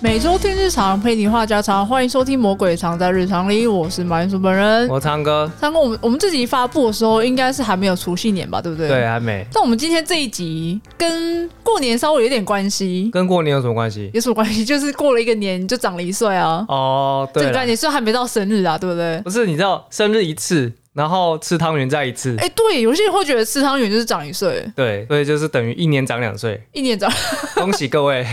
每周听日常，陪你话家常，欢迎收听《魔鬼藏在日常里》，我是马铃薯本人。我唱歌，三哥，我们我们这集发布的时候，应该是还没有除夕年吧，对不对？啊对，。还没，但我们今天这一集跟过年稍微有点关系，跟过年有什么关系？有什么关系？就是过了一个年就长了一岁啊，哦，这对个概了，念虽然还没到生日啊，对不对？不是，你知道生日一次，然后吃汤圆再一次，哎、对，有些人会觉得吃汤圆就是长一岁，，对，所以就是等于一年长两岁一年长。恭喜各 位，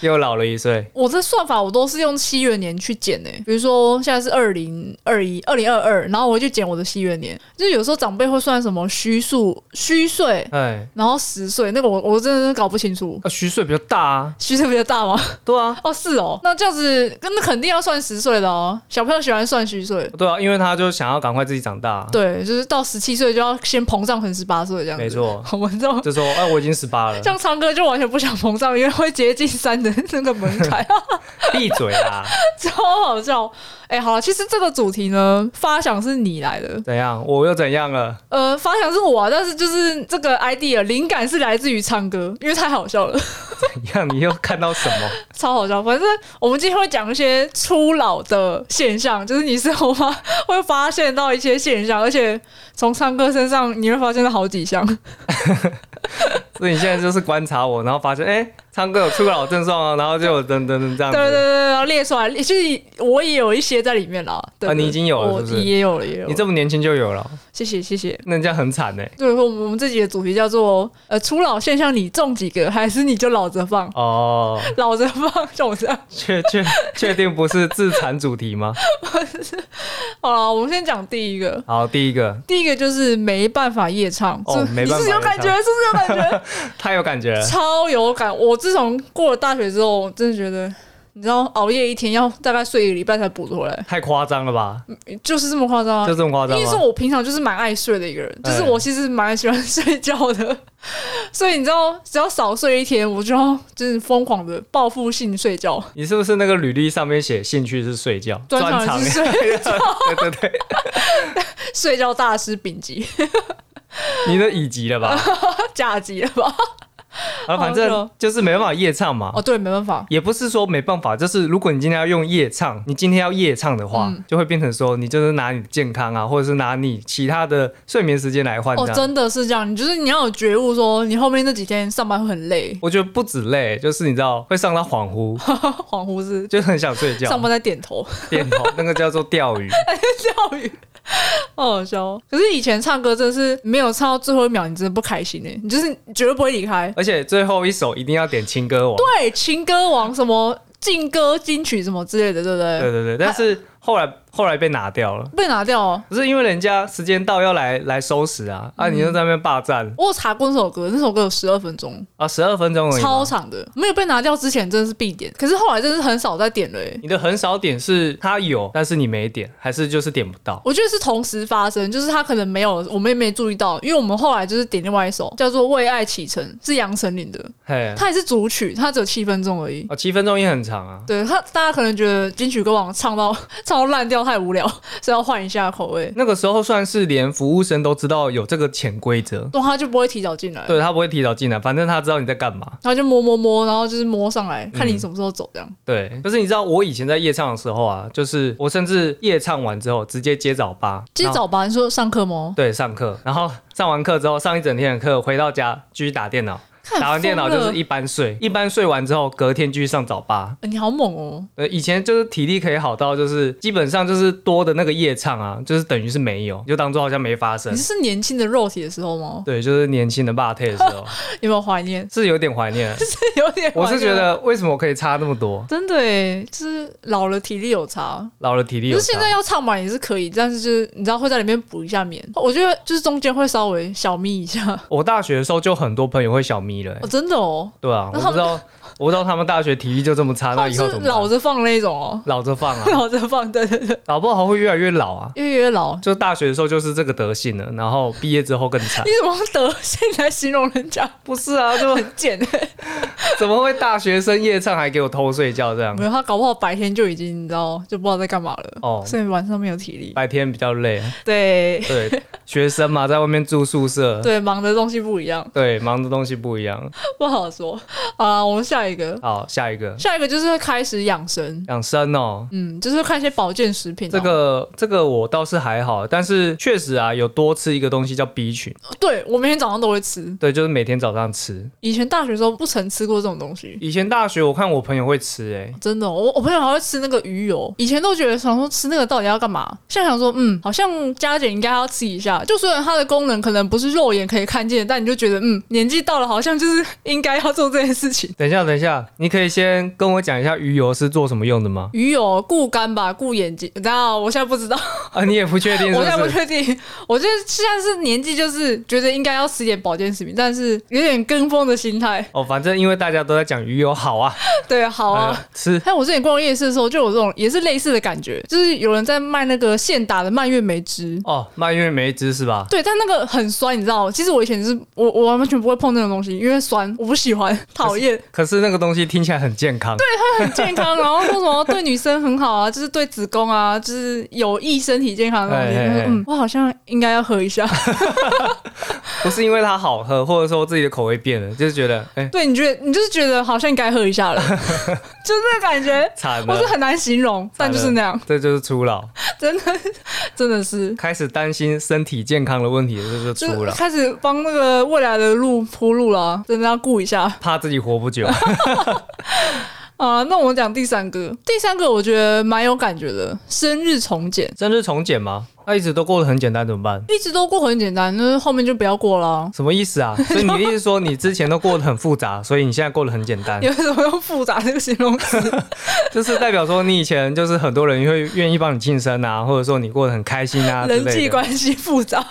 又老了一岁。我这算法我都是用西元年去减呢、欸比如说现在是二零二一、二零二二，然后我就减我的西元年。就是有时候长辈会算什么虚数、虚岁，哎，然后十岁，那个我我真的是搞不清楚。啊，虚岁比较大啊，虚岁比较大吗？ 对啊，哦，是哦，那这样子，那肯定要算十岁的哦。小朋友喜欢算虚岁，对啊，因为他就想要赶快自己长大，对，就是到十七岁就要先膨胀成十八岁这样子。没，错， 我们这种就说，哎，我已经十八 了，像昌哥就完全不想膨胀，因为会接近三的那个门槛。闭嘴啦， 超好笑。哎、好了，其实这个主题呢，发想是你来的，怎样？我又怎样了？呃，发想是我、啊，但是就是这个 idea 灵感是来自于唱歌，因为太好笑了， 怎样？你又看到什么？超好笑。反正我们今天会讲一些初老的现象，就是你生活发 会发现到一些现象，而且从唱歌身上你会发现到好几项。所以你现在就是观察我，然后发现，哎，唱歌有初老症状啊，然后就有等等等这样对子，对对对，然后列出来，就是我也有一些在里面啦。对啊你已经有了我是不是也有了，也有了。你这么年轻就有了，哦谢谢谢谢。 那人家很惨哎、对，我们我们这集的主题叫做呃，初老现象你中几个，还是你就老着放？哦，老着 放，像我这样。确确确定不是自残主题吗？ 好了，我们先讲第一个。好，第一个，第一个就是没办法夜唱，哦是没你是办不是法有夜感觉？唱是不是有 感觉？太有感觉 了。超有感！我自从过了大学之后，我真的觉得，你知道，熬夜一天要大概睡一个礼拜才补回来，太夸张了吧？就是这么夸张啊！就这么夸张嗯因为是吗？我平常就是蛮爱睡的一个人，就是哎我其实蛮喜欢睡觉的， 所以你知道，只要少睡一天，我就要就是疯狂的报复性睡觉。你是不是那个履历上面写兴趣是睡觉，专专场长？是 睡对 对对，睡觉大师丙级， 你的乙级了吧？甲级了吧？啊，反好正笑就是没办法夜唱嘛哦，。对，没办法，也不是说没办法，就是如果你今天要用夜唱，你今天要夜唱的话，嗯就会变成说你就是拿你的健康啊，或者是拿你其他的睡眠时间来换哦，这样。真的是这样，你就是你要有觉悟说你后面那几天上班会很累， 我觉得不止累，就是你知道会上到恍惚，恍惚是就很想睡觉。上班在点头 电头， 那个叫做钓鱼。钓鱼。 好好笑哦！可是以前唱歌真的是没有唱到最后一秒，你真的不开心呢、欸你就是绝对不会离开。而且最后一首一定要点情歌王。对，情歌王什么劲歌金曲什么之类的，对不对？对对对，但是后来后来被拿掉了，被拿掉哦。不是因为人家时间到要来来收拾啊，嗯啊，你就在那边霸占我有查过那首歌，那首歌有十二分钟，啊，十二分钟而已超嘛。长的。没有被拿掉之前真的是必点，可是后来真的是很少再点了、欸。你的很少点是他有，但是你没点，还是就是点不到。我觉得是同时发生，就是他可能没有，我们也没注意到，因为我们后来就是点另外一首叫做《为爱启程》，是杨丞琳的，嘿，它也是主曲，它只有七分钟而已。哦，七分钟也很长啊。对他，大家可能觉得金曲歌王唱到唱到烂掉太无聊，所以要换一下口味，那个时候算是连服务生都知道有这个潜规则，然后他就不会提早进来，对他不会提早进来，反正他知道你在干嘛。他就摸摸摸，然后就是摸上来，看你什么时候走这样。对，就是你知道我以前在夜唱的时候啊，就是我甚至夜唱完之后直接接早八，今天早吧，你说上课吗？对，上课，然后上完课之后，上一整天的课，回到家继续打电脑，打完电脑就是一、一般睡，一般睡完之后，隔天继续上早八。呃你好猛哦！呃，以前就是体力可以好到，就是基本上就是多的那个夜唱啊，就是等于是没有，就当做好像没发生你。是年轻的肉体的时候吗？ 对，就是年轻的霸退的时候，有没有怀念？ 是有点怀念。有点怀念。我是觉得为什么我可以差那么多，真的诶，就是老了体力有差。老了体力就有是现在差。要唱满也是可以，但是就是你知道会在里面补一下眠，我觉得就是中间会稍微小眯一下。我大学的时候就很多朋友会小眯了、欸哦，真的哦，对啊，那我他们不知道，我不知道他们大学体力就这么啊差，那以是后怎么老办？着放那种哦，老 着放啊，老着放，对对对，老不好会越来越老啊。越来越老。就大学的时候就是这个德性了，然后毕业之后更惨 你。怎么用德性来形容人家？不是啊，就很贱欸， 怎么会大学生夜唱还给我偷睡觉这样没？有他搞不好白天就已经你知道就不知道在干嘛了，哦所以晚上没有体力。白天比较累，啊对对，学生嘛，在外面住宿舍， 对，忙的东西不一样，对，忙的东西不一样。不好说。好啦，我们下一一个，好，下一个下一个就是会开始养生，养生哦。嗯，就是会看一些保健食品啊、这个这个我倒是还好，但是确实啊，有多吃一个东西叫 B 群，对我每天早上都会吃，对，就是每天早上吃。以前大学的时候不曾吃过这种东西。以前大学我看我朋友会吃、欸，真的哦、我我朋友还会吃那个鱼油，以前都觉得想说吃那个到底要干嘛，现在想说，嗯，好像佳姐应该要吃一下。就虽然它的功能可能不是肉眼可以看见，但你就觉得，嗯，年纪到了，好像就是 应该要做这件事情。等一下，等一下，你可以先跟我讲一下鱼油是做什么用的 吗？鱼油顾肝吧，顾眼睛，然后我现在不知道，啊，你也不确定是我现在不不是？确定。我觉得现在是年纪，就是觉得应该要吃一点保健食品，但是有点跟风的心态。哦，反正因为大家都在讲鱼油 好啊，对，好啊。呃吃还有我之前逛夜市的时候，就有这种也是类似的感觉，就是有人在卖那个现打的蔓越莓汁，哦，蔓越莓汁是吧？对，但那个很酸，你知道吗？其实我以前是我我完全不会碰那种东西，因为酸我不喜欢，讨厌， 可是那个东西听起来很健康，对，很健康。然后说什么对女生很好啊，就是对子宫啊，就是有益身体健康的东西。哎哎我哎说嗯，我好像应该要喝一下。不是因为它好喝，或者说自己的口味变了，就是觉得哎、对，你觉得你就是觉得好像应该喝一下了，就是那个感 觉。惨我了是，很难形容，但就是那样，这就是初老，真的，真的是，开始担心身体健康的问题，这就是就初是 老，开始帮那个未来的路铺路了啊，真的要顾一下。怕自己活不久。啊，那我们讲第三个，第三个我觉得蛮有感觉的，生日重检。生日重检吗？那一直都过得很简单，怎么办？一直都过很简单，那后面就不要过了啊。什么意思啊？所以你的意思说你之前都过得很复杂，所以你现在过得很简单，有什么用复杂这个形 容词？就是代表说你以前就是很多人会愿意帮你庆生啊，或者说你过得很开心啊之类人的，际关系复杂？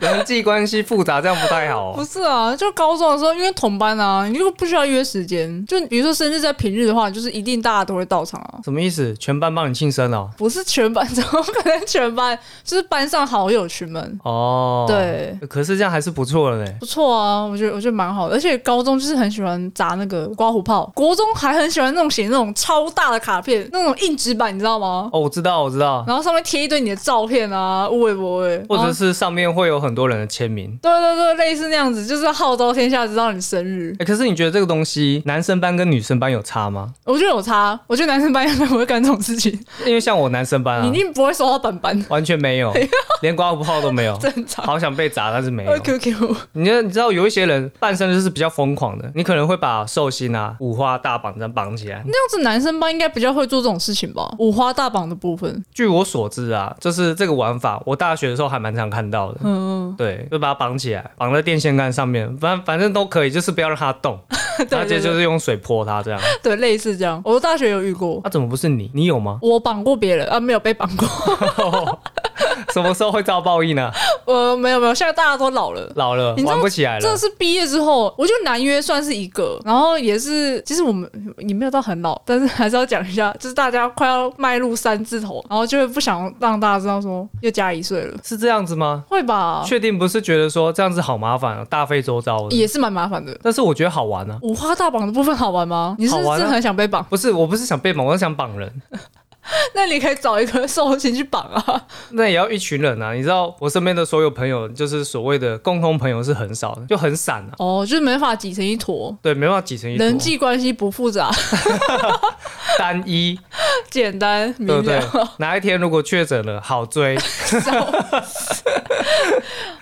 人际关系复杂，这样不太好不哦。是啊，就高中的时候，因为同班啊，你就不需要约时间。就比如说生日在平日的话，就是一定大家都会到场啊。什么意思？全班帮你庆生哦？不是全班， 怎么可能全班？就是班上好友群们，哦，对，可是这样还是不错的嘞。不错啊，我觉得我觉得蛮好的。而且高中就是很喜欢砸那个刮胡泡，国中还很喜欢那种写那种超大的卡片，那种硬纸板，你知道吗？哦，我知道，我知道，然后上面贴一堆你的照片啊，微博哎，或然者后是上面会有很多人的签名。对对对，类似那样子，啊就是号召天下知道你生日。哎、可是你觉得这个东西男生班跟女生班有差吗？我觉得有差，我觉得男生班应该不会干这种事情，因为像我男生班你啊一，定不会收到本班，完全没有，连刮胡泡都没有。 正常。好想被砸，但是没有。 QQ，你知你知道有一些人半生就是比较疯狂的，你可能会把寿星啊、五花大绑这样绑起来。那样子男生班应该比较会做这种事情吧？五花大绑的部分，据我所知啊，就是这个玩法，我大学的时候还蛮常看到的。嗯，对，就把它绑起来，绑在电线杆上面，反反正都可以，就是不要让它动， 对而对且就对，是用水泼它这样。啊对，类似这样。我大学有遇过，？那、怎么不是你？你有吗我绑过别人啊，没有被绑过。什么时候会遭报应 呢？呃，没有没有，现在大家都老了。老了你，知道玩不起来这了。是毕业之后，我觉得南约算是一个，然后也是，其实我们你没有到很老，但是还是要讲一下，就是大家快要迈入三字头，然后就会不想让大家知道说又加一岁了，是这样子吗？会吧？确定不是觉得说这样子好麻烦、哦，大费周章的。也是蛮麻烦的。但是我觉得好玩啊。五花大绑的部分好玩吗？你是不是好玩啊真的很想被绑？不是，我不是想被绑，我是想绑人。那你可以找一个寿星去绑啊。那也要一群人啊！你知道我身边的所有朋友，就是所谓的共同朋友是很少的，就很散啊。哦，就是没法挤成一坨，对，没办法挤成一坨人际关系不复杂， 单一，简单明对了。不对？哪一天如果确诊了，好追。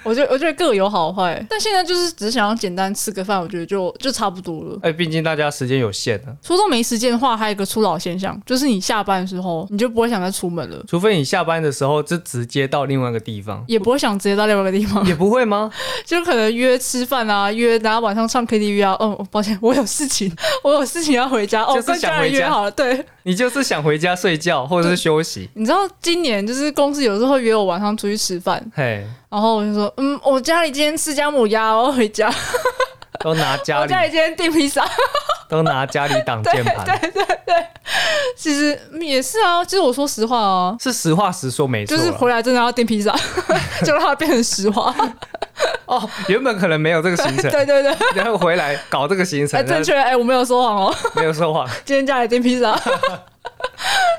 我觉得我觉得各有好坏，但现在就是只想要简单吃个饭，我觉得就就差不多了。哎，毕竟大家时间有限啊，初中没时间的话，还有一个初老现象，就是你下班的时候，你就不会想再出门了，除非你下班的时候就直接到另外一个 地方，也不会想直接到另外一个地方，也不会吗？ 就可能约吃饭啊，约大家晚上唱 KTV 啊。哦，抱歉，我有事情， 我有事情要回家。哦，就是跟想家人回约家好了。对，你就是想回家睡觉或者是休息。你知道今年就是公司有时候会约我晚上出去吃饭，嘿，然后我就说，嗯，我家里今天吃姜母鸭，我要回家。都拿家我家里里今天订披萨， 都拿家里挡键盘，其实嗯也是啊。其实我说实话啊，是实话实说没错就啦。是回来真的要订披 萨，就让它变成实话。哦，原本可能没有这个行程， 对对对，然后回来搞这个行哎，程，正确，哎、我没有说谎哦，没有说谎。 今天家里订披萨，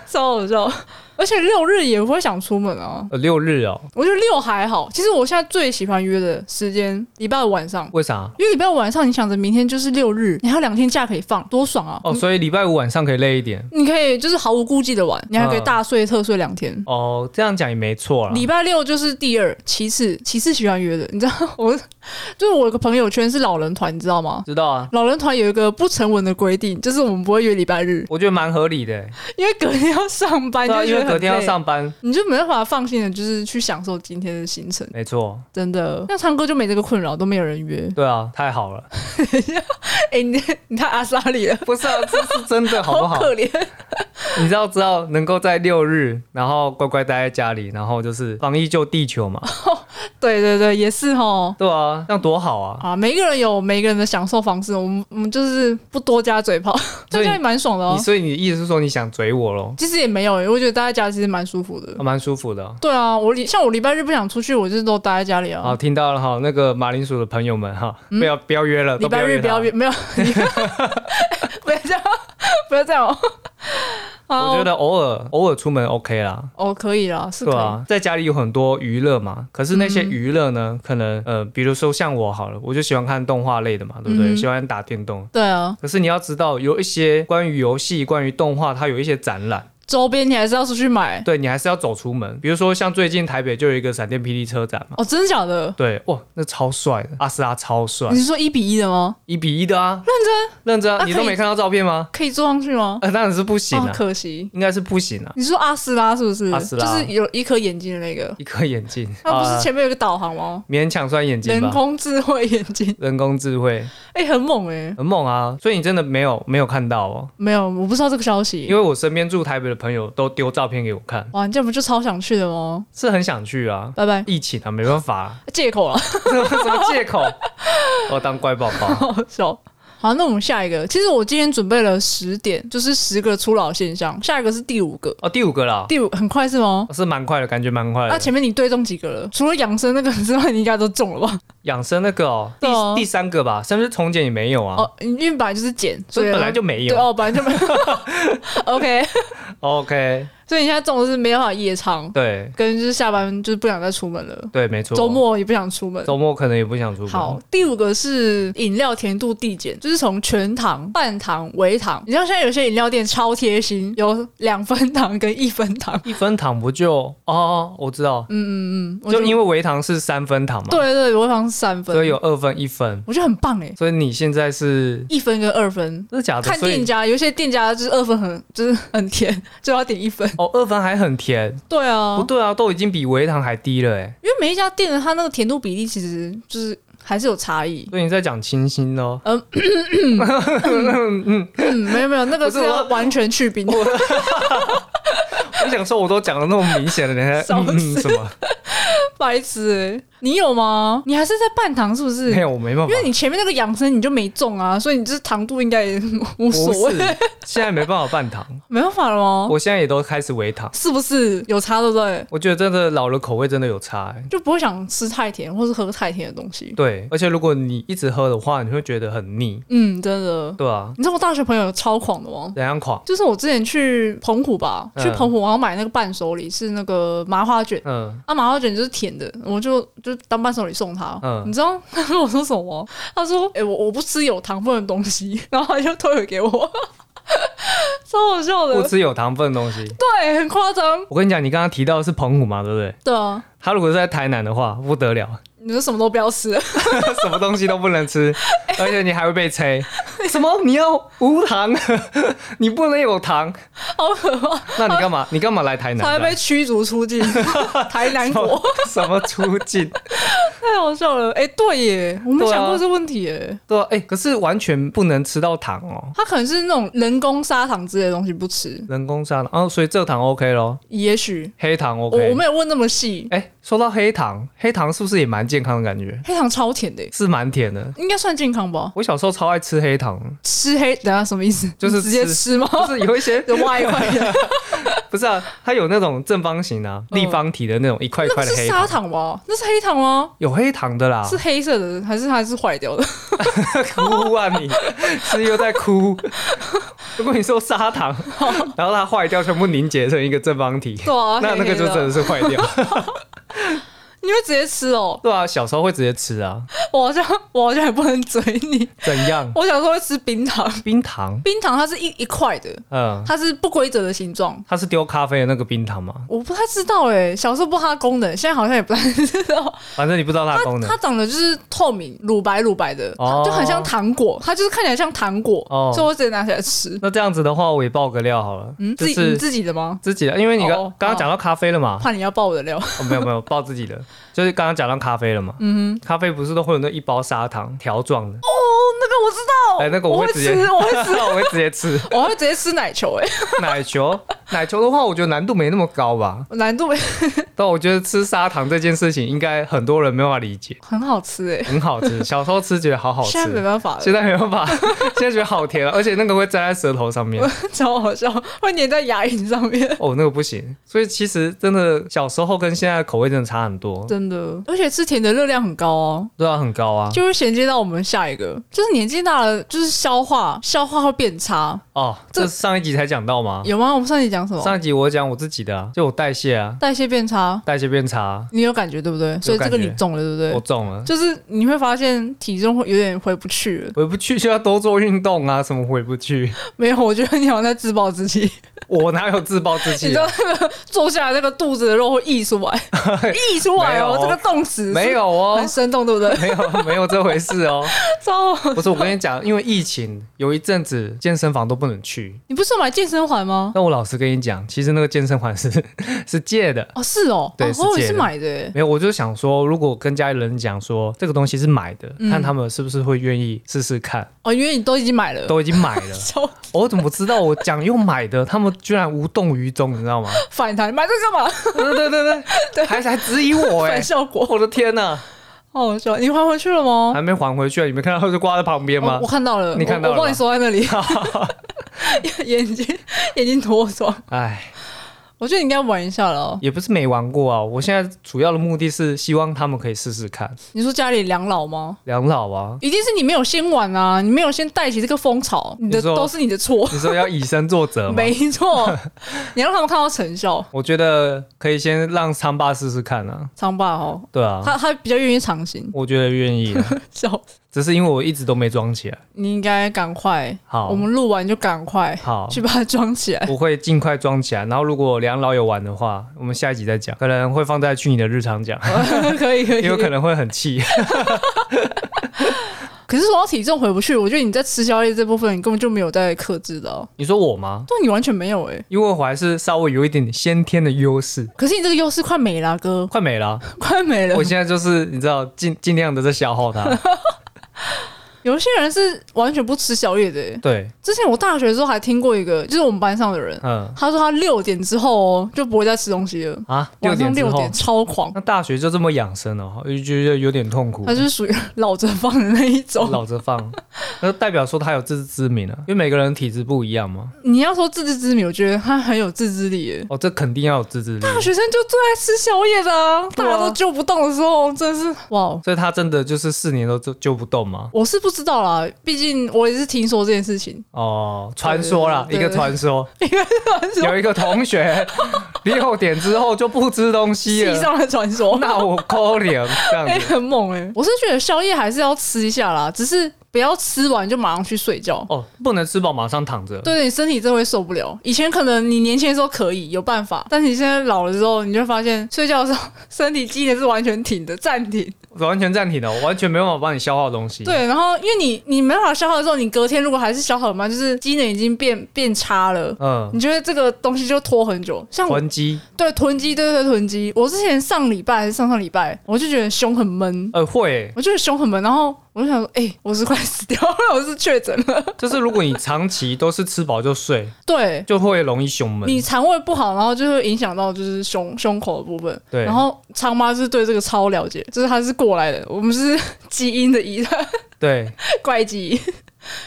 超好笑。而且六日也不会想出门啊。呃，六日哦，我觉得六还好，其实我现在最喜欢约的时间，礼拜五晚上，为啥？因为礼拜五晚上你想着明天就是六日，你还有两天假可以放，多爽啊！哦，所以礼拜五晚上可以累一点。你可以就是毫无顾忌的啊玩，你还可以大睡特睡两天。哦，这样讲也没错啦。礼拜六就是第二，其次其次喜欢约的，你知道我 就是我有个朋友圈是老人团，你知道吗？知道啊，老人团有一个不成文的规定，就是我们不会约礼拜日，我觉得蛮合理的欸。因为隔天要上班，对啊，就觉因得为很隔天要累，上班，你就没办法放心的，就是去享受今天的行程。没错。真的，像唱歌就没这个困扰，都没有人 约。对啊，太好 了，哎、你你太阿莎里 了，不是啊，这是真的， 好不好？可怜。你知道，知道能够在六日，然后乖乖待在家里，然后就是防疫救 地球嘛，对对对，也是哦。对啊，这样多好啊！啊，每个人有每个人的享受方式，我们我们就是不多加嘴炮，在所以家里蛮爽的你哦。所以你的意思是说你想嘴我咯？其实也没有、欸，我觉得待在家其实蛮舒服的。啊蛮舒服的。对啊，我礼像我礼拜日不想出去，我就是都待在家里好，啊。哦听到了哈，那个马铃薯的朋友们哈，不要不要约了，嗯礼都拜日约不要他 约，。没有， 不要这样， 不要这样哦。好我觉得偶尔偶尔出门 OK 啦，哦，可以啦，是可嗯对以。啊，在家里有很多娱乐嘛，可是那些娱乐呢，可能呃，比如说像我好了，我就喜欢看动画类的嘛，对不对？嗯喜欢打电动。对啊，可是你要知道，有一些关于游戏、关于动画，它有一些展览， 周边你还是要出去买。对你还是要走出门。比如说像最近台北就有一个闪电霹雳车展嘛，哦，真的假的？对，哇，那超帅的，阿斯拉超帅你，是说一比一的吗？一比一的啊，认真认真啊，嗯啊你都可以没看到照片吗？可以坐上去吗？呃，当然是不行哦啊，，可惜。应该是不行啊，你说阿斯拉是不是？阿斯拉就是有一颗眼睛的那个，一颗眼镜，它不啊是前面有个导航吗？勉强算眼镜人吧。工智慧眼睛，人工智慧哎、很猛哎、很猛啊，所以你真的没有没有看到哦，没有，我不知道这个消息。因为我身边住台北的朋友都丢照片给我看，哇，你这样不就超想去的吗？是很想去啊，拜拜，疫情啊，没办法、啊， 借口了，什么什么借口？我当乖宝宝，好笑。好，那我们下一个，其实我今天准备了十点，就是十个初老现象，下一个是第五个，哦，第五个啦，第啊五很快是吗？是蛮快的，感觉蛮快那、的。前面你对中几个了？除了养生那个之外，你应该都中了吧？养生那个哦，第、对啊第三个吧，甚至从简也没有啊，哦，因为本来就是减，所所以以本来就没对有。哦，本来就没有。OK， OK，所以你现在中的是没办法夜唱，对跟就是下班就是不想再出门了，对，没啊错。周末也不想出门。周末可能也不想出门。好，，第五个是饮料甜度递减，就是从全糖、半糖、微糖。你知道现在有些饮料店超贴心，有两分糖跟一分 糖。一分糖不就哦哦，我知道，嗯嗯嗯，就为因为微糖是三分糖嘛，，对对，微糖是三分，所以有二分一分，我觉得很棒哎，所以你现在是一分跟二分。真的假的？看所店以家，有些店家就是二分很就是很甜，就要点一 分。哦，二分还很甜，对啊，不对啊，都已经比微糖还低了哎，因为每一家店的它那个甜度比例其实就是还是有差 异。所以你在讲清新 哦。嗯，没有没有，那个不是是要 我完全去冰。我想说，我都讲的那么明显了，你还 笑嗯嗯什么？ 白痴、欸，你有吗？你还是在半糖是不是？没有，我没办因法为。你前面那个养生你就没中啊，所以你这糖度应该 也无所不是谓，，哦现在没办法半糖，没办法了吗？我现在也都开始微糖。是不是有差对不对？我觉得真的老了口味真的有差、欸。就不会想吃太甜或是喝太甜的东西。对，而且如果你一直喝的话，你会觉得很腻，嗯，真的。对啊，你知道我大学朋友超狂的吗？怎样狂？就是我之前去澎湖吧，嗯去澎湖然后买那个伴手礼是那个麻花卷，嗯，啊，麻花卷就是甜的，我就就当伴手礼送他。嗯你知道 他跟我说什么吗？他说：“哎、我我不吃有糖分的东西。”然后他就退回给我， 超好笑的。不吃有糖分的东西。啊对，啊很夸张。我跟你讲，你刚刚提到的是澎湖嘛，对不对？对啊，他如果是在台南的话，不得了，你说什么都不要吃， 什么东西都不能 吃，而且你还会被催。什么？你要无糖？ 你不能有糖？好可怕，那你干嘛？你干嘛来台南他还啊？被驱逐出境台南什么国， 什么出境？太好笑了。哎、对耶，我没对啊想过这问题耶。对啊，哎、可是完全不能吃到糖哦。他可能是那种人工砂糖之类的东西不吃，人工砂糖，哦，所以蔗糖 OK 咯，也许黑糖我 OK。我没有问那么细。哎、说到黑糖，黑糖是不是也蛮健康的感觉？黑糖超甜的耶，是蛮甜的。应该算健康吧？我小时候超爱吃黑糖，吃黑，等一下什么意思？就是你直接吃吃吗？就是有一些就挖一 块的，不是啊，它有那种正方形啊、嗯立方体的那种一块一那块不的是黑砂糖，糖吗？那是黑糖吗？有黑糖的啦。是黑色的， 还是它是坏掉的？哭啊你，是又在哭。如果你说砂 糖，然后它坏掉，全部凝结成一个正方体，对啊，那那个就真的是是坏掉，你会直接吃哦。对啊，小时候会直接吃啊，我好像我好像也不能嘴你，怎样？我小时候会吃冰糖，冰糖，冰糖它是一一块的，嗯，它是不规则的形状。它是丢咖啡的那个冰糖吗？我不太知道哎、小时候不知道它的功能，现在好像也不太知道。反正你不知道它的 功能它长得就是透明、乳白乳白的，哦就很像糖果。它就是看起来像糖果，哦所以我直接拿起来吃。那这样子的话，我也爆个料好了，嗯，就自己、你是啊自己的吗？自己的，因为你刚哦哦刚刚讲到咖啡了嘛，怕你要爆我的料，哦，没有没有，爆自己的，就是刚刚讲到咖啡了嘛。嗯咖啡不是都会有那一包砂糖条状的？那个我知道，哎那个我我会直接吃，我会 那、 我会直接吃我会直接吃奶球、欸，奶球。 奶球的话，我觉得难度没那么高吧。难度没但我觉得吃砂糖这件事情，应该很多人没办法理解。很好吃、欸，很好 吃，小时候吃觉得好好吃现，在啊没办法了，现在没办法， 现在觉得好甜，而且那个会粘在舌头 上面。超好笑，会粘在牙龈上面，哦，那个不行。所以其实真的小时候跟现在的口味 真的差很多，真的。而且吃甜的热量很高哦，热量很高啊。就会衔接到我们下一个，就是年纪大了，就是消化消化会变差，哦，这上一集才讲到吗？有吗？我们上集讲什么？上一集我讲我自己的、啊，就我代谢啊，代谢变差，代谢变差，你有感觉对不对？所以这个感觉你中了对不我对？中了，就是你会发现体重会有点回不去了。 回不去就要多做运动啊，什么回不去？没有，我觉得你好像在自暴自 弃。我哪有自暴自你弃知啊、道那个坐下来那个肚子的肉会溢出 来，溢出来哦，没有这个动词是没有哦很，生动，对不对？ 没有 没有这回事哦。糟，不是我跟你讲，因为疫情有一阵子健身房都不能去。你不是有买健身环吗？那我老实跟你讲，其实那个健身环是 是借的。哦，是哦，对哦是我以为借是的买的耶。没有，我就想说，如果跟家里人讲说这个东西是买的，嗯看他们是不是会愿意试试看。哦，因为你都已经买了，，都已经买了 超我怎么知道我讲又买的，他们居然无动于衷，你知道吗？反弹，买这干嘛？对对对 对，还还质疑我哎、反效果，我的天呐、好好笑。你还回去了吗？还没还回去，你没看到就挂在旁边吗哦我我？看到了，你看到我了我帮你收在那 里，眼睛眼睛脱妆。哎，我觉得你应该玩一下了哦。也不是没玩过啊。我现在主要的目的是希望他们可以试试看你说家里养老吗？养老啊。一定是你没有先玩啊，你没有先带起这个风潮，你的你说都是你的错。你说要以身作则吗？ 没 错，你让他们看到成效，我觉得可以先让昌爸试试看啊。长爸哦，对啊，他他比较愿意尝新，我觉得愿意啊， 笑死。只是因为我一直都没装起来。你应该赶快，好我们录完就赶快好，去把它装起 来。我会尽快装起来。然后如果梁老有玩的话，我们下一集再讲，可能会放在去你的日常哎讲，可以可以，因为可能会很 气。可是说到体重回不去，我觉得你在吃宵夜这部分，你根本就没有在克制的、啊，你说我吗？对你完全没有哎、因为我还是稍微有一点先天的优势，可是你这个优势快没了，哥， 快没了啊。快没了我。现在就是你知道，尽尽量的在消耗 它。有些人是完全不吃宵夜的、欸。对，之前我大学的时候还听过一个，就是我们班上的人，嗯他说他六点之后哦就不会再吃东西了，啊，六晚上点之六后嗯点，超狂，那大学就这么养生哦，我就觉得有点痛苦他。就是属于老着放的那一种。老着放，那代表说他有自知之明啊，因为每个人体质不一样嘛。你要说自知之明，我觉得他很有自制力耶。哦，这肯定要有自制力，大学生就最爱吃宵夜的、啊，大对啊家都揪不动的时候，真是哇哦！所以他真的就是四年都就就不动嘛。我是不知道啦，毕竟我也是听说这件事情。哦，传说啦，对一对个 传说，有一个同学六点之后就不吃东西系了，上的传说。 那我扣脸这哎、样子。很猛哎、我是觉得宵夜还是要吃一下啦，只是不要吃完就马上去睡觉。哦，不能吃饱马上躺着。对你身体真会受不了。以前可能你年轻的时候可以有办法，但是你现在老了之后，你就发现睡觉的时候身体机能是完全停的，暂停。完全暂停了，我完全没办法帮你消化东西。，对，然后因为你你没办法消耗的时候，你隔天如果还是消耗很慢，就是机能已经变变差了。嗯，你觉得这个东西就拖很久，像我囤积，对囤积，对对对囤积。我之前上礼拜还是上上礼拜，我就觉得胸很闷，呃，会欸，我觉得胸很闷，然后我就想说，哎、我是快死掉了， 我是确诊了。就是如果你长期都是吃饱就睡，对就会容易胸闷。你肠胃不好，然后就会影响到就是胸胸口的部分。对然后昌妈就是对这个超 了解，就是她是过来的，我们是基因的遗传，对， 怪基因。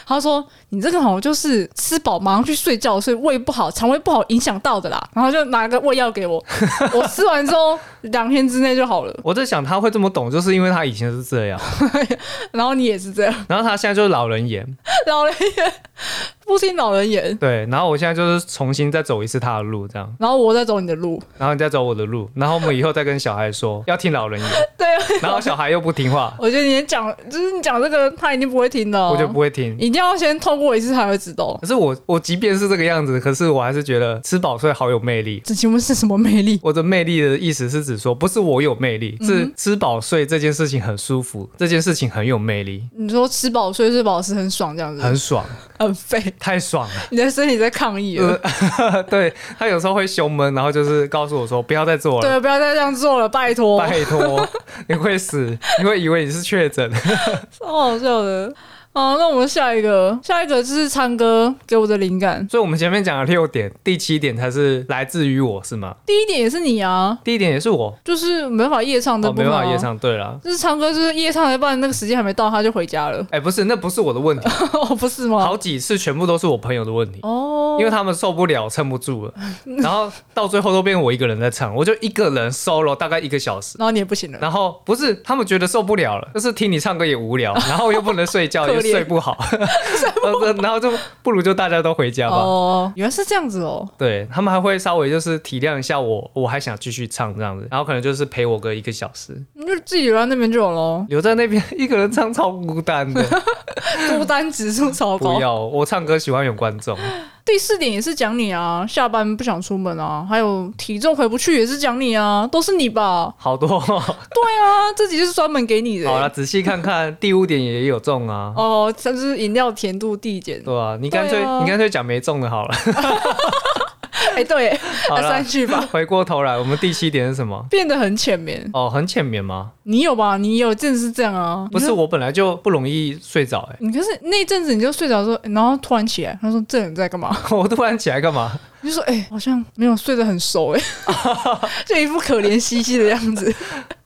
他说你这个好像就是吃饱马上去睡觉，所以胃不好、肠胃不好影响到的啦。然后就拿个胃药给我，我吃完之后两天之内就好了。我在想他会这么懂，就是因为他以前是 这样，然后你也是这样，然后他现在就是老人言，老人言 不听老人言，对，然后我现在就是重新再走一次他的路，这样，然后我在走你的路。然后你再走我的路，然后我们以后再跟小孩说要听老人言， 对，然后小孩又不听 话，我觉得你讲就是你讲这个，他一定不会听的、哦。我就不会听。一定要先透过一次才会知道。可是我我即便是这个样子，可是我还是觉得吃饱睡好有魅力。这请问是什么魅力？我的魅力的意思是指说，不是我有魅力，嗯是吃饱睡这件事情很舒服，这件事情很有魅力， 你说吃饱睡睡饱是很爽这样子，很爽，很废。太爽了。 你的身体在抗议了，呃 对他有时候会胸闷，然后就是告诉我说不要再做了，对，不要再这样做了，拜托，拜托，你会死，你会以为你是确诊。超好笑的。好，那我们下一个，下一个就是唱歌给我的灵感。所以我们前面讲了六点，第七点才是来自于我是吗？第一点也是你啊，第一点也是我，就是没办法夜唱的哦，部没分、啊办法夜，唱。对了，，就是唱歌，就是夜唱到一半，那个时间还没到，他就回家了 哎，不是，那不是我的问题，哦，不是吗？好几次全部都是我朋友的问题。哦因，为他们受不了，撑 不住了，然后到最后都变我一个人在唱，我就一个人 solo 大概一个小时。然后你也不行了，然后不是他们觉得受不了了，就是听你唱歌也无聊，然后又不能睡 觉，可怜也睡不好，然后就不如就大家都回家吧。哦，原来是这样子哦，对他们还会稍微就是体谅一下我，我还想继续唱这样子，然后可能就是陪我个一个小时，你就自己留在那边就有 喽，留在那边一个人唱超孤单的。 孤单指数超高不。要，我唱歌喜欢有观众，第四点也是讲你啊，下班不想出门啊，还有体重回不去也是讲你啊，都是你吧？好 多、对啊，这集就是专门给你的、好了，仔细看看，第五点也有中啊。哦，这就是饮料甜度递减。对啊，你干脆、对啊你干脆讲没中的好了。哎、对，好 那了删，去吧。回过头来，我们第七点是什么？变得很浅眠，哦，很浅眠吗？你有吧？你有，真的是这样啊？不是，我本来就不容易睡着、欸， 你就，你可是那阵子你就睡着之后，哎然后突然起来，他说这人在干嘛？我突然起来干嘛？你就说哎、好像没有睡得很熟 哎、 就一副可怜兮兮的样子，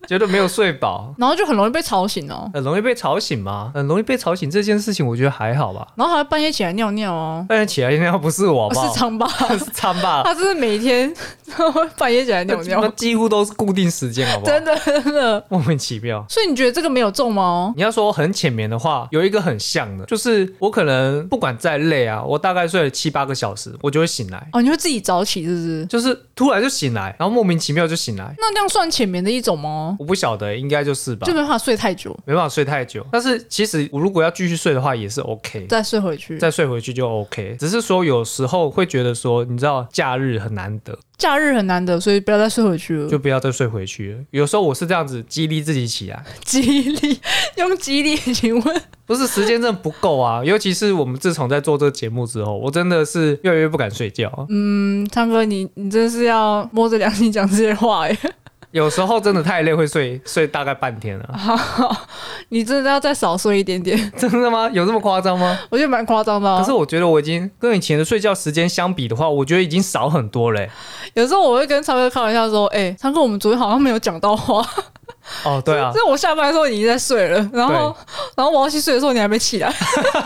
觉得没有睡饱，然后就很容易被吵醒哦、很容易被吵醒吗？很容易被吵醒这件事情，我觉得还好吧。然后还半夜起来尿尿哦、但是起来尿不是我，好啊不好是？长吧？是苍吧， 他真的每天都会半夜起来尿 那尿，几乎都是固定时间，好不好真？的 真的。莫名其妙。所以你觉得这个没有中吗？你要说很浅眠的话，有一个很像的，就是我可能不管再累啊，我大概睡了七八个小时，我就会醒来，哦，你会自己早起是不是？就是突然就醒来，然后莫名其妙就醒来。那这样算浅眠的一种吗？我不晓得，应该就是吧就，没办法睡太久，没办法睡太久。但是其实我如果要继续睡的话，也是 OK 的。再睡回去。再睡回去就 OK，只是说有时候会觉得说，你知道假日很难得，假日很难得，所以不要再睡回去了。就不要再睡回去了。有时候我是这样子激励自己起来，激励，用激励，请问不是时间真的不 够啊，尤其是我们自从在做这个节目之后，我真的是越来越不敢睡觉。嗯，昌哥，你你真是要摸着良心讲这些话哎，有时候真的太累，会睡睡大概半天啊了。 你真的要再少睡一点点， 真的吗？有这么夸张吗？我觉得蛮夸张的、啊可是。我觉得我已经跟以前的睡觉时间相比的话，我觉得已经少很多嘞、有时候我会跟昌哥开玩笑说，哎、昌哥，我们昨天好像没有讲到话，哦，对啊就，是我下班的时候你已经在睡了，然后然后我要去睡的时候你还没起 来，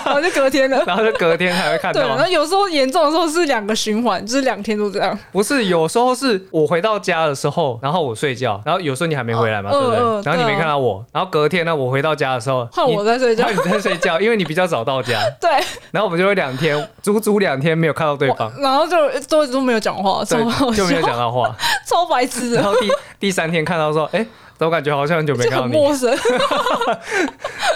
然后就隔天了。然后就隔天还会看对，然到后。有时候严重的时候是两个循环，就是两天都这样。不是，有时候是我回到家的时候，然后我睡觉，然后有时候你还没回来嘛，哦对不对？嗯嗯然后对你啊没看到我，然后隔天呢，我回到家的时候，换我在睡 你。觉然，后你在睡觉，因为你比较早到家， 对，然后我们就会两天，足足两天没有看到对方，然后就都都没有讲话，超好对，就笑没，有讲到话。 超白痴的然。后第第三天看到说，哎、怎么感觉好像很久 没就看到很你？陌生。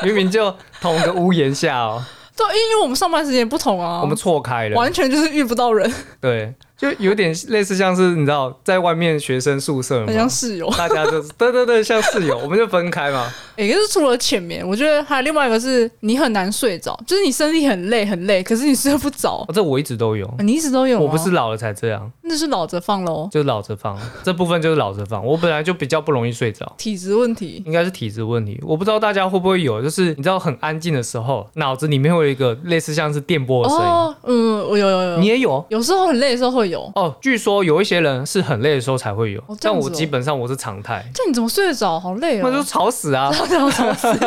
明明就同一个屋檐下哦，对，因为我们上班时间不同啊，我们错开了，完全就是遇不到人，对，就有点类似像是你知道在外面学生宿舍很像嘛，室友。大家就是 对对对，像室友，我们就分开嘛，也、就是除了浅眠，我觉得还有另外一个是你很难睡着，就是你身体很累很累，可是你睡不着。哦这 我一直都有。你一直都有、啊我不是，老了才这样，那是老着放喽，就是老着放，这部分就是老着放。我本来就比较不容易睡着，体质问题。应该是体质问题。我不知道大家会不会有，就是你知道很安静的时候，脑子里面会有一个类似像是电波的声音，哦，嗯，我有有有你有，也有有时候很累的时候会有。哦。据说有一些人是很累的时候才会有，哦这但样子哦我基本上我是常态，这你怎么睡得着？好累 那就哦！吵死啊！这种东西。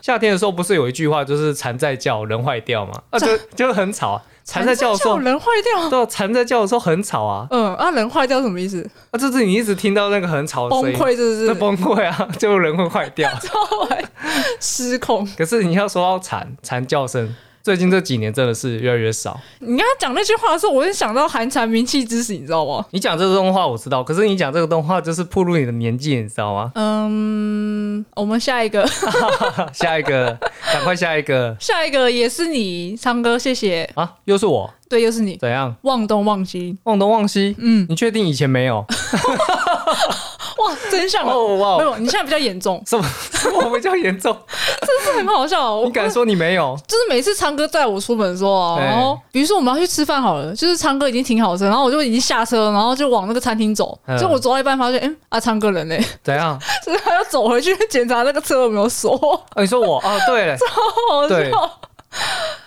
夏天的时候不是有一句话就是蝉在叫，人坏掉 吗？啊，就就很吵，蝉在叫的时候叫，人坏掉，对啊，蝉在叫的时候很吵啊，嗯啊，人坏掉什么意思？啊，就是你一直听到那个很吵的崩声音，溃是那不是？崩溃啊， 就人会坏 掉。超坏，失控。可是你要说到蝉，蝉叫声，最近这几年真的是越来越少。你刚刚讲那句话的时候，我就想到寒蝉鸣泣之时，你知道吗？？你讲这个动画我知道，可是你讲这个动画就是暴露你的年纪，你知道吗嗯，我们下一个， 下一个， 赶快下一个下一个也是你，昌哥，谢谢。啊！又是我，对，又是你，怎样？忘东忘西。忘东忘西？嗯，你确定以前没有？哇，真相哦，哦 没哇，有，你现在比较严重，什么什么比较严 重？这很好笑哦。你敢说你没有？就是每次昌哥载我出门的时候啊，哎然后比如说我们要去吃饭好了，就是昌哥已经停好车，然后我就已经下车，然后就往那个餐厅走。嗯结果我走到一半发现，嗯，啊，昌哥 人嘞，怎样？所以他要走回去检查那个车有没有锁， 好哦，你说我哦，对了，好对笑。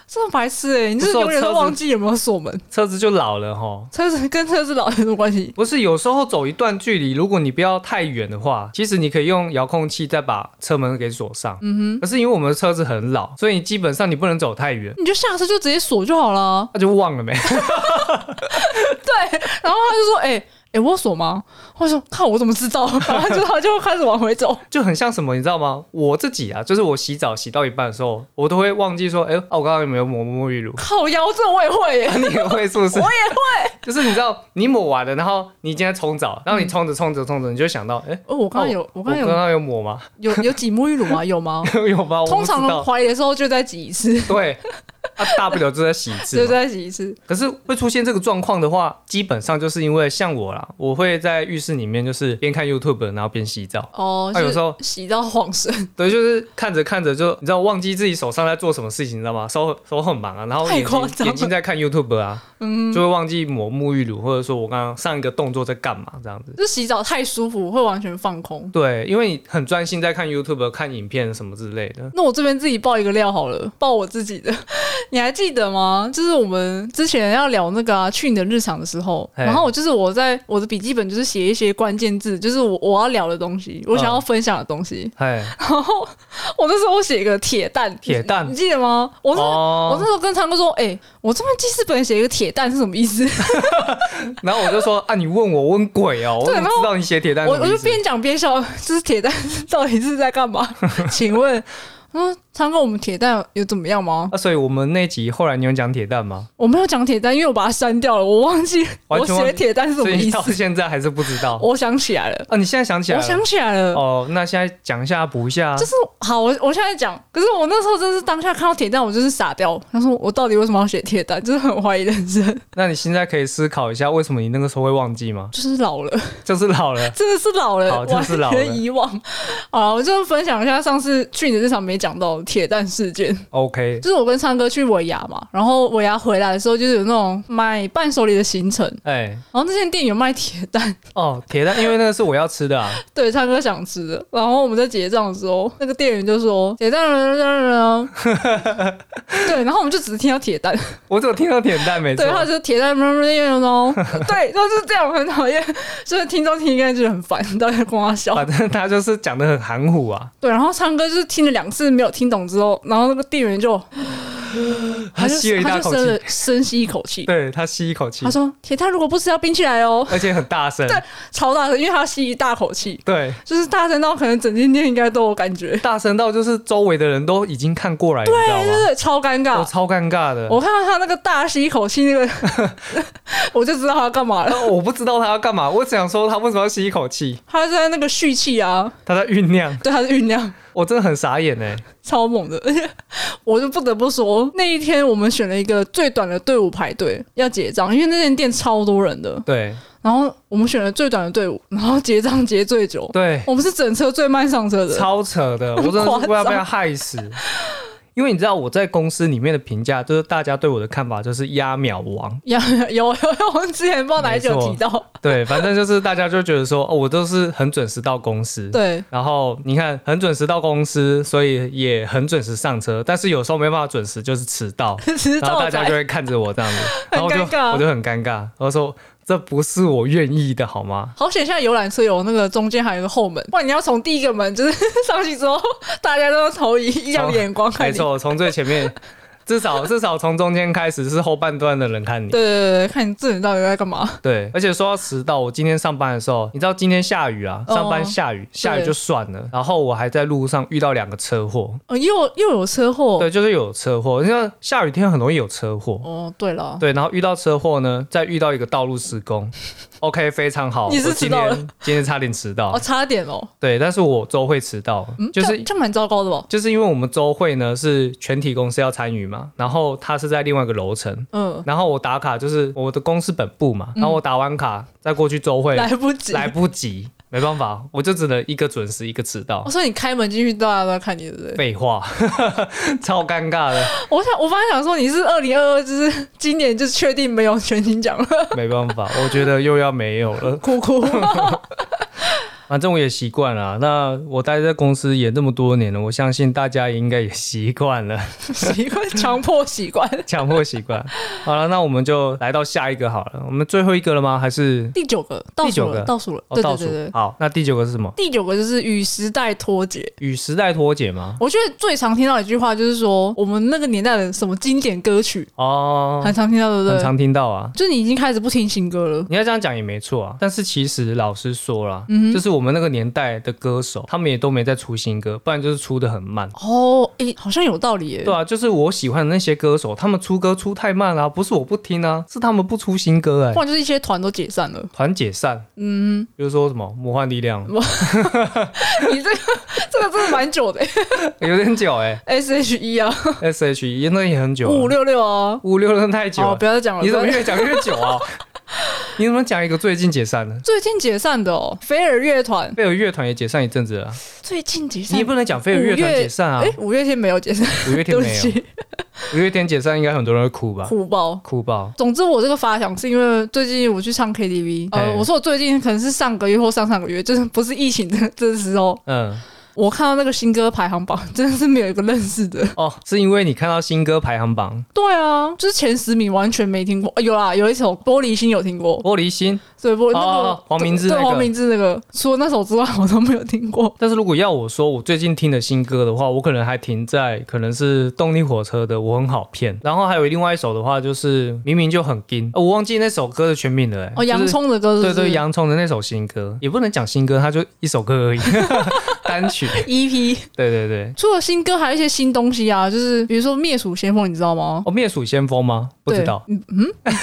真的白痴哎、你就是永远都忘记有没有锁门，车子就老了哈。车子跟车子老有什么关系？不是，有时候走一段距离，如果你不要太远的话，其实你可以用遥控器再把车门给锁上。嗯哼。可是因为我们的车子很老，所以你基本上你不能走太远，你就下车就直接锁就好了。啊那就忘了没。 对，然后他就说：“哎、哎、我有锁吗？”我说：“看我怎么知道？”然后就他就开始往回走。？就很像什么，你知道吗？我自己啊，就是我洗澡洗到一半的时候，我都会忘记说，哎、啊，我刚刚有没有抹沐浴乳靠腰这我也会 耶、 你也会是不是我？也会。就是你知道，你抹完了，然后你今天冲澡，然后你冲着冲着冲着，你就想到，哎、哦，我刚刚有，我我刚刚刚有刚有抹吗？ 有有挤沐浴乳吗？有吗？有吗？我不通知常 道。怀疑的时候就再挤一次，对，啊，大不了就再洗一 就次嘛。再挤一次。可是会出现这个状况的话，基本上就是因为像我啦，我会在浴室里面就是边看 YouTube，然后边洗澡。哦，啊有是时候洗到晃神， 对，就是看着看着就你知道忘记自己手上在做什么事情，你知道吗？手手很忙啊，然后太眼夸张睛了眼睛在看 YouTube 啊，嗯，就会忘记抹沐浴乳，或者说我刚刚上一个动作在干嘛这样子。就洗澡太舒服，会完全放空。对，因为你很专心在看 YouTube、看影片什么之类的。那我这边自己爆一个料好了，爆我自己的。 你还记得吗？就是我们之前要聊那个、啊、去你的日常的时候，嘿然后我就是我在我的笔记本就是写一些关键字，就是我我要聊的东西，嗯我想要分享的东西。 哎，然后我那时候写一个铁蛋，铁蛋你，你记得吗？我是、我那哦，时候跟昌哥说，哎、我这边记事本写一个铁蛋是什么意思？然后我就说啊，你问我问鬼哦，我对怎然么后知道你写铁蛋我什我么意就思？边讲边笑， 这是铁蛋到底是在干 嘛？请问，嗯，昌哥，我们铁蛋有怎么样吗？啊，所以我们那集后来你有讲铁蛋吗？我没有讲铁蛋，因为我把它删掉了，我忘记完我全忘写记铁蛋是什所么以意你思到。 现在还是不知道。我想起来了，啊，你现在想起来我了？想起来了，哦，那现在讲一下补一下啊。就是好，我我现在讲，可是我那时候真是当下看到铁蛋，我就是傻掉。他说我到底为什么要写铁蛋，就是很怀疑人生， 那你现在可以思考一下，为什么你那个时候会忘记吗？就是老了。就是老了。真的是老了，好真的是老了完全遗忘。好，我就分享一下上次去你的日常没讲到的铁蛋事件， OK，就是我跟昌哥去尾牙嘛，然后尾牙回来的时候，就是有那种买伴手礼的行程，哎、然后那间店有卖铁蛋，哦，铁蛋，因为那个是我要吃的啊。对，昌哥想吃的。然后我们在结账的时候，那个店员就哦说哎铁蛋，哎对，然后我们就只听到铁蛋，我只有听到铁蛋，没错对，。他就铁蛋， 对，就是这样，很讨厌，就是听众听应该觉得很烦，到底在跟我 笑。反正他就是讲的很含糊啊，对，然后唱歌就是听了两次没有听懂之后，然后那个店员就他就吸了一大口他就深气，了深吸一口气，对他吸一口气他，说：“铁蛋如果不吃要冰起来哦，而且很大声，超大声，因为他吸一大口气，对，就是大声到可能整间店应该都有感觉，大声到就是周围的人都已经看过来，你知道对吗？对，超尴尬。我超尴尬的，我看到他那个大吸一口气，那个 我就知道他要干嘛了。呃我不知道他要干嘛，我只想说他为什么要吸一口气，他在那个蓄气啊，他在酝 酿，对，他是酝酿。”我真的很傻眼哎，超猛的， 而且我就不得不说，那一天我们选了一个最短的队伍排队要结账，因为那间店超多人的，对然后我们选了最短的队伍，然后结账结最久。对，我们是整车最慢上车的，超扯的，我真的是快要被他害死。因为你知道我在公司里面的评价，就是大家对我的看法就是压秒王， 有有有，我们之前不知道哪一集有提到，对，反正就是大家就觉得说，哦，我都是很准时到公司。。对然后你看，很准时到公司，所以也很准时上车，但是有时候没办法准时，就是迟到。迟然后到大家仔，就 会看着我这样子，然后我就很尴尬我就很尴尬，我就说这不是我愿意的，好吗？好险，现在游览车有那个中间还有一个后门，不然你要从第一个门就是 上去之后，大家都要投以异样的眼光看没你。错，从最前面，至 少至少从中间开始是后半段的人看你。对对对对，看你这人到底在干嘛？对，而且说到迟到，我今天上班的时候，你知道今天下雨啊，哦上班下雨，下雨就算了，然后我还在路上遇到两个车祸，哦，又又有车祸。对，就是有车祸，因为下雨天很容易有车祸。哦，对了，对，然后遇到车祸呢，再遇到一个道路施工，OK，非常 好。你是我今迟到了天 今天差点迟到哦，，差点哦，对，但是我周会迟到，嗯，就这是样这样蛮糟糕的吧？就是因为我们周会呢是全体公司要参与嘛，然后它是在另外一个楼层，嗯，然后我打卡就是我的公司本部嘛，然后我打完卡再过去周会，来不及。来不及，没办法，我就只能一个准时一个迟到我。说哦你开门进去，大家都在看你，对不对？废话， 超尴尬的，我想，我本来想说你是二零二二，就是今年就确定没有全勤 奖了，没办法，我觉得又要没有了。哭哭。 反正我也习惯了啊。那我待在公司也这么多年了，我相信大家也应该也习惯了，习惯，强迫习惯。强迫习惯。好了，那我们就来到下一个好了。我们最后一个了吗？还是第九个倒数第九个了，倒数了，哦对倒对数对对。好，那第九个是什么？第九个就是与时代脱节。与时代脱节吗？我觉得最常听到一句话就是说，我们那个年代的什么经典歌曲，哦，很常听到，对不很对？常听到啊。就是你已经开始不听新歌了。你要这样讲也没错啊，但是其实老实说啦，嗯就是我们那个年代的歌手，他们也都没在出新歌，不然就是出的很慢。哦，诶，好像有道理耶对。啊，就是我喜欢的那些歌手，他们出歌出太慢啦、不是我不听啊，是他们不出新歌哎、不然就是一些团都解散了。 团解散，嗯，比如说什么魔幻力量，你这个这个真的蛮久的欸有点久 哎、 ，S H E 啊， s H E 那也很久、五五啊，六六啊。五六真的太久哦，了不，要再讲了。你怎么不要越讲越久啊？ 你怎么讲一个最近解散的？最近解散的哦，飞儿乐团飞儿乐团也解散一阵子了啊，最近解散你也。不能讲飞儿乐团五月解散啊哎，，五月天没有解散，五月对天不没有，啊起，五月天解散应该很多人会哭吧？哭包。哭爆！总之，我这个发想是因为最近我去唱 KTV，哎呃，我说我最近可能是上个月或上上个月，就是不是疫情的这时候，嗯，我看到那个新歌排行榜， 真的是没有一个认识的。哦，是因为你看到新歌排行榜，对啊，就是前十名完全没听过，呃有啦，有一首《玻璃心》有听过，《玻璃心》。对，玻哦那哦个哦黄明志对那对个黄明志那个，除了那首之外，我都没有听过。但是如果要我说我最近听的新歌的话，我可能还停在可能是动力火车的《我很好骗》，然后还有另外一首的话就是明明就很金、呃我忘记那首歌的全名了、欸。哦，洋就是葱的歌是不对是对，洋葱的那首新歌，也不能讲新歌，它就一首 歌而已，单曲。 EP。对对对，E 除了新歌，还有一些新东西啊，就是比如说《灭鼠先锋》，你知道吗？哦，灭鼠先锋吗？不知道。嗯，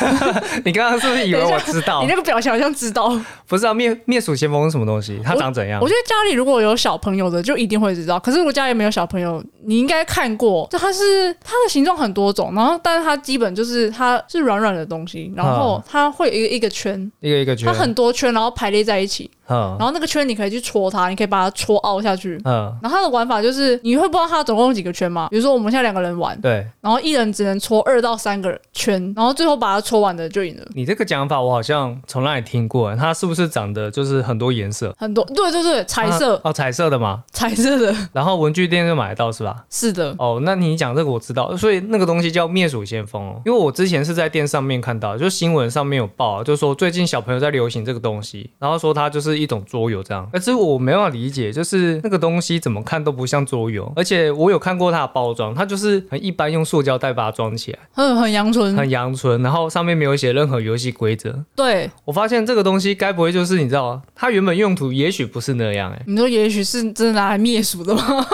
你刚刚是不是以为我知道你？那个表情好像知道。不知道灭灭鼠先锋是什么东西？它长怎样我？觉得家里如果有小朋友的，就一定会知道。可是如果家里没有小朋友，你应该看过，就它是它的形状很多种，然后但是它基本就是它是软软的东西，然后它会有一个一个圈，一个一个嗯圈它。很多圈，然后排列在一起，嗯然后那个圈你可以去戳它，你可以把它戳凹下去。嗯，然后它的玩法就是你会不知道它总共有几个圈嘛？比如说我们现在两个人玩，对然后一人只能戳二到三个圈，然后最后把它戳完的就赢了。你这个讲法，我好像从哪里听过。它是不是长得就是很多颜色？很多对对对，彩色、啊哦，彩色的嘛，彩色的，然后文具店就买得到是吧？是的，哦，那你讲这个我知道，所以那个东西叫灭鼠先锋哦，因为我之前是在店上面看到，就新闻上面有报、啊，就说最近小朋友在流行这个东西，然后说它就是一种桌游这样，但是我没办法理解，就是那个东西怎么看都不像桌游，而且我有看过它的包装，它就是很一般用塑胶袋把它装起来，很很阳春，很阳春，然后上面没有写任何游戏规则，对。我发现这个东西该不会就是你知道吗？它原本用途也许不是那样、欸， 你说也许是真的拿来灭鼠的吗？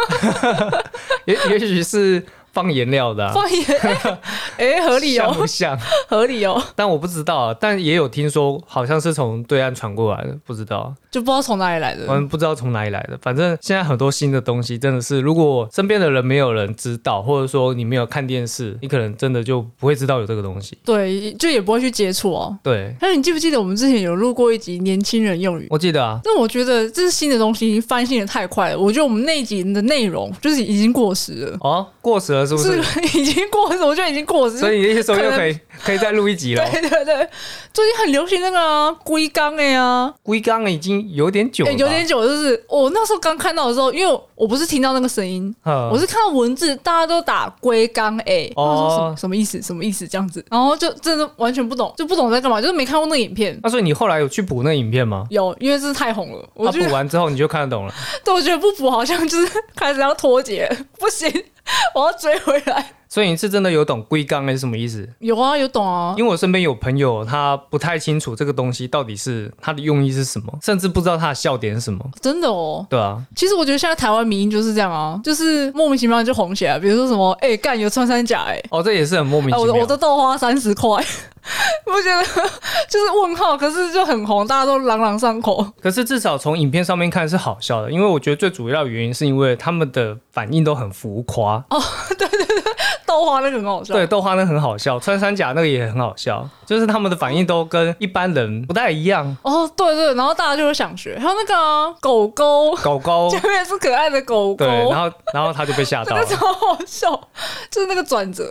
也也许是放颜料的、啊，放眼， 哎、哎合理像哦，不像？合理哦，但我不知道啊，但也有听说好像是从对岸传过来的，不知道，就不知道从哪里来我的。们不知道从哪里来的。反正现在很多新的东西真的是，如果身边的人没有人知道，或者说你没有看电视，你可能真的就不会知道有这个东西。对，就也不会去接触哦。对，还有，你记不记得我们之前有录过一集年轻人用语？我记得啊，但我觉得这是新的东西，翻新的太快了。我觉得我们那一集的内容就是已经过时了。哦，过时了了，是不是？是已经过时，我觉得已经过时。 所以你那些时候就可以可以再录一集了。对对对，最近很流行那个啊，龟缸哎呀，龟缸已经有点久了哎吧，有点久，就是我那时候刚看到的时候，因为我我不是听到那个声音，嗯，我是看到文字，大家都打龟缸哎，哦我想说什么什么意思？什么意思？这样子，然后就真的完全不懂，就不懂在干嘛，就是没看过那个影片。那、所以你后来有去补那影片吗？有，因为这是太红了，我啊，觉得 补完之后你就看得懂了。对，我觉得不补好像就是开始要脱节，不行， 我要追回来。所以你是真的有懂龟缸是什么意思？有啊，有懂啊，因为我身边有朋友，他不太清楚这个东西到底是它的用意是什么，甚至不知道它的笑点是什么。真的哦。对啊，其实我觉得现在台湾民音就是这样啊，就是莫名其妙就红起来，比如说什么哎干、有穿山甲哎、哦，这也是很莫名啊其我的妙。我的豆花三十块， 我觉得 就是问号，可是就很红，大家都朗朗上口。 可是至少从影片上面看是好笑的，因为我觉得最主要的原因是因为他们的反应都很浮夸。哦豆花那个很好笑，对，豆花那很好笑，穿山甲那个也很好笑，就是他们的反应都跟一般人不太一样。哦，对对，然后大家就会想学。还有那个啊、狗狗，狗狗，前面是可爱的狗狗，对，然后然后他就被吓这 到个了。超好笑，就是那个转折。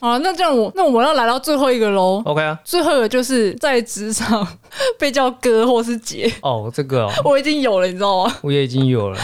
好了，那这样我那我们要来到最后一个喽。 OK 啊，最后一个就是在职场被叫哥或是姐， 哦，这个、哦、我已经有了，你知道吗？我也已经有了，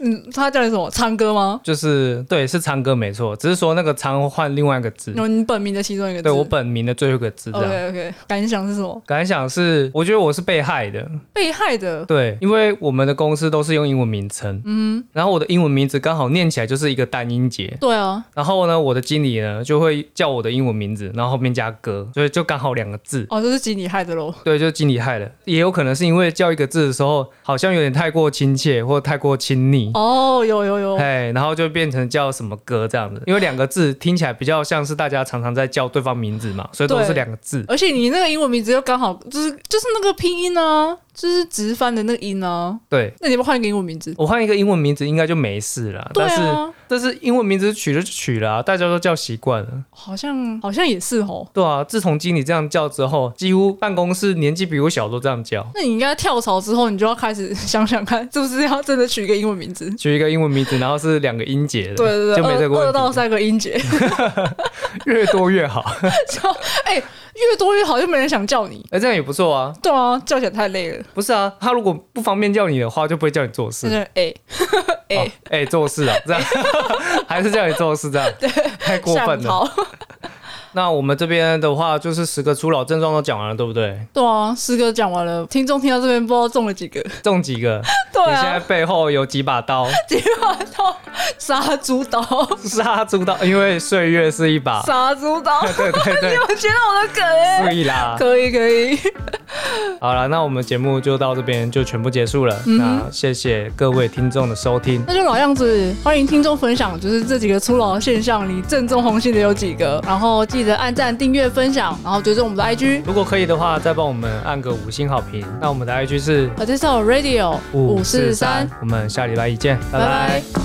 嗯，他叫你什么？唱歌吗？就是对，是昌哥没错，只是说那个昌换另外一个字，有你本名的其中一个字。嗯对我本名的最后一个字这样。 OK OK，感想是什么？感想是，我觉得我是被害的，被害的对，因为我们的公司都是用英文名称，嗯，然后我的英文名字刚好念起来就是一个单音节，对啊，然后呢，我的经理呢就会叫我的英文名字，然后后面加哥，所以就刚好两个字，哦，这是吉你害的喽。对，就是经理害的，也有可能是因为叫一个字的时候好像有点太过亲切或太过亲昵。哦，有有有，哎，然后就变成叫什么哥这样子，因为两个字听起来比较像是大家常常在叫对方名字嘛，所以都是对两个字。而且你那个英文名字又刚好就是就是那个拼音啊，就是直翻的那个音啊，对，那你不换一个英文名字？我换一个英文名字应该就没事了，对但是啊，但是英文名字取了就取了、啊，大家都叫习惯了。好像好像也是哦。对啊，自从经理这样叫之后，几乎办公室年纪比我小都这样叫，那你应该跳槽之后，你就要开始 想想看，是不是要真的取一个英文名字？取一个英文名字，然后是两个音节的，对对对，就没这个二二问到题，三个音 节，越多越好。哎、越多越好，就没人想叫你。哎、这样也不错啊。对啊，叫起来太累了。不是啊，他如果不方便叫你的话，就不会叫你做事真。的哎，哎哎、做事啊，这样 还是叫你做事这样，太 过吓分了。跑。那我们这边的话，就是十个初老症状都讲完了，对不对？对啊，师哥讲完了，听众听到这边不知道中了 几个。中几个？对你现在啊，背后有几把刀？ 结果到杀猪刀，杀猪刀，因为岁月是一把，杀猪 刀。 对对你对，有接到我的梗哎、所以 啦。可以可以，好了，那我们节目就到这边就全部结束了。那谢谢各位听众的收听，那就老样子，欢迎听众分享，就是这几个初老的现象，你正中红心的有几个？然后记得按赞、订阅、分享，然后追踪我们的 IG，如果可以的话，再帮我们按个五星好评。那我们的 IG 是我介绍 Radio 543，我们下礼拜一见，拜拜拜拜